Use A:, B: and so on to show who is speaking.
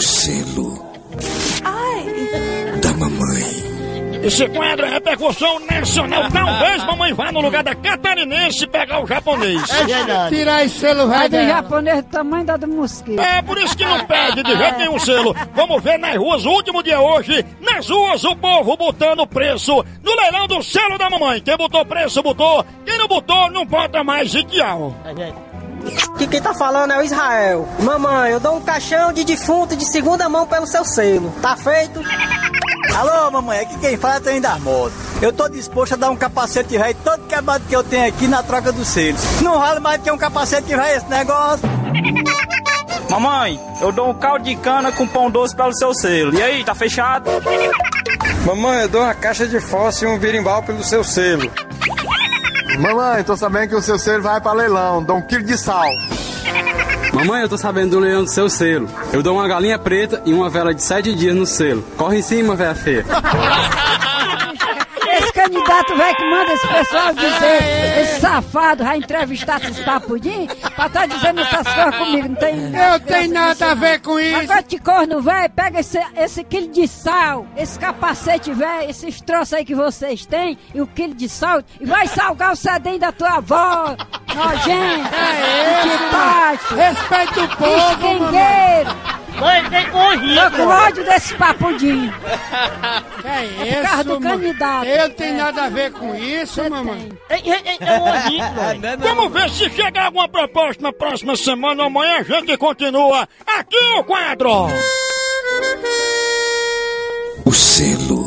A: selo da mamãe.
B: Esse quadro é repercussão nacional. Talvez mamãe vá no lugar da catarinense pegar o japonês.
C: Tirar esse selo
D: Aí
C: vai
D: do
C: ganhar.
D: japonês do tamanho da do mosquito.
B: É por isso que não perde de jeito nenhum selo. Vamos ver nas ruas, o último dia hoje, nas ruas o povo botando preço no leilão do selo da mamãe. Quem botou preço, botou. Quem não botou, não bota mais e tchau.
E: Que quem tá falando é o Israel. Mamãe, eu dou um caixão de defunto de segunda mão pelo seu selo. Tá feito?
F: Alô, mamãe, aqui quem fala é Trem das Motos. Eu tô disposto a dar um capacete velho todo quebrado que eu tenho aqui na troca dos selos. Não vale mais ter um capacete velho esse negócio.
G: Mamãe, eu dou um caldo de cana com pão doce pelo seu selo. E aí, tá fechado?
H: Mamãe, eu dou uma caixa de fósforo e um birimbau pelo seu selo.
I: Mamãe, tô sabendo que o seu selo vai pra leilão. Dá um quilo de sal.
G: Mamãe, eu tô sabendo do leão do seu selo. Eu dou uma galinha preta e uma vela de sete dias no selo. Corre em cima, véia feia.
D: Esse candidato vai que manda esse pessoal dizer, esse safado vai entrevistar esses papudinhos pra tá dizendo essas coisas comigo, não tem...
C: Eu tenho nada a ver com isso.
D: Agora de corno, velho, pega esse, esse quilo de sal, esse capacete, velho, esses troços aí que vocês têm, e o quilo de sal, e vai salgar o sedem da tua avó, nojenta,
C: É esse,
D: antipático,
C: Respeita o povo, mamãe.
D: esquengueiro,
B: Mãe, tem
D: tô com ódio desse papudinho.
C: É
D: por causa do
C: isso, mamãe.
D: candidato.
C: Eu não tenho
D: É.
C: nada a ver com isso, mamãe.
B: Vamos ver se chegar alguma proposta na próxima semana. Amanhã a gente continua aqui o quadro.
A: O selo